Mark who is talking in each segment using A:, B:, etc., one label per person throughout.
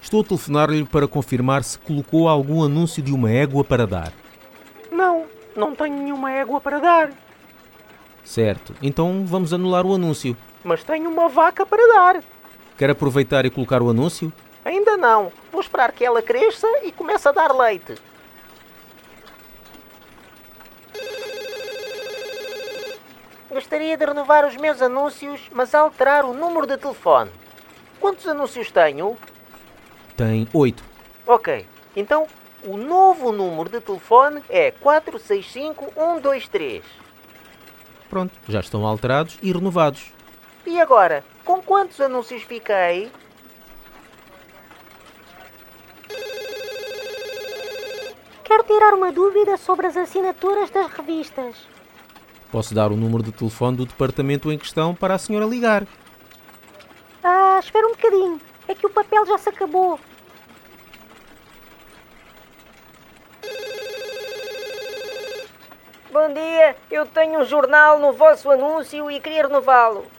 A: Estou a telefonar-lhe para confirmar se colocou algum anúncio de uma égua para dar.
B: Não, não tenho nenhuma égua para dar,
A: Certo, então vamos anular o anúncio.
B: mas tenho uma vaca para dar.
A: Quer aproveitar e colocar o anúncio?
B: Ainda não. Vou esperar que ela cresça e comece a dar leite. Gostaria de renovar os meus anúncios, mas alterar o número de telefone. Quantos anúncios tenho?
A: Tem oito.
B: Ok, então o novo número de telefone é 465123.
A: Pronto, já estão alterados e renovados.
B: E agora, com quantos anúncios fiquei?
C: Quero tirar uma dúvida sobre as assinaturas das revistas.
A: Posso dar o número de telefone do departamento em questão para a senhora ligar.
C: Ah, espera um bocadinho. É que o papel já se acabou.
D: Bom dia, eu tenho um jornal no vosso anúncio e queria renová-lo.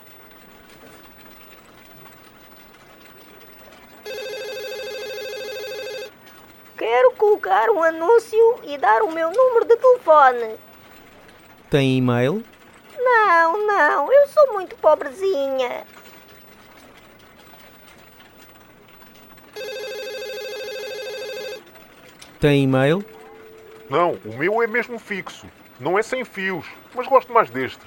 D: Quero colocar um anúncio e dar o meu número de telefone.
A: Tem e-mail?
D: Não, não, eu sou muito pobrezinha.
A: Tem e-mail?
E: Não, o meu é mesmo fixo. Não é sem fios, mas gosto mais deste.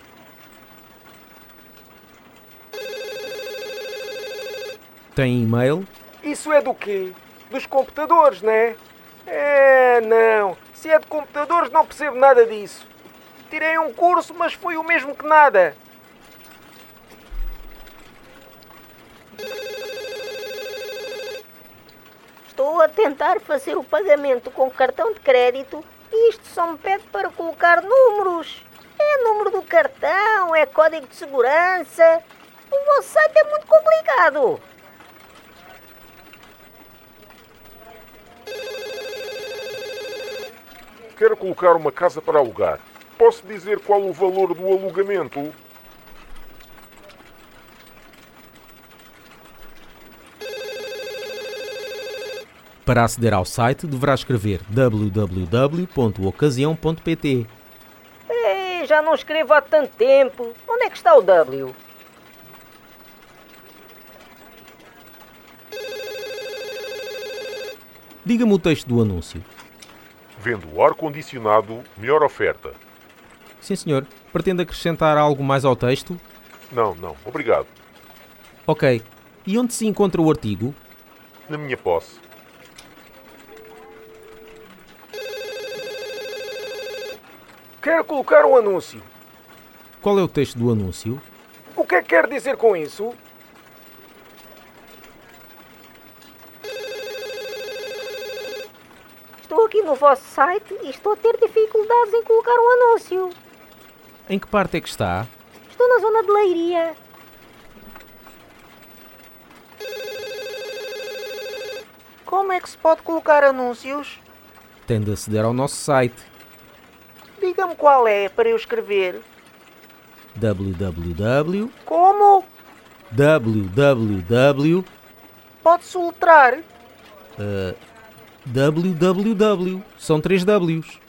A: Tem e-mail?
B: Isso é do quê? Dos computadores, né? É, não. Se é de computadores, não percebo nada disso. Tirei um curso, mas foi o mesmo que nada.
D: Estou a tentar fazer o pagamento com cartão de crédito e isto só me pede para colocar números. É número do cartão, é código de segurança. O vosso site é muito complicado.
E: Quero colocar uma casa para alugar. Posso dizer qual o valor do alugamento?
A: Para aceder ao site, deverá escrever www.ocasião.pt.
D: Ei, já não escrevo há tanto tempo. Onde é que está o W?
A: Diga-me o texto do anúncio.
E: Vendo ar-condicionado, melhor oferta.
A: Sim, senhor. Pretende acrescentar algo mais ao texto?
E: Não, não, obrigado.
A: Ok. E onde se encontra o artigo?
E: Na minha posse.
B: Quero colocar um anúncio.
A: Qual é o texto do anúncio?
B: O que é que quer dizer com isso?
D: Estou aqui no vosso site e estou a ter dificuldades em colocar um anúncio.
A: Em que parte é que está?
C: Estou na zona de Leiria.
B: Como é que se pode colocar anúncios?
A: Tem de aceder ao nosso site
B: Diga-me qual é para eu escrever.
A: www.
B: Como?
A: www.
B: Pode soletrar?
A: www. São três Ws.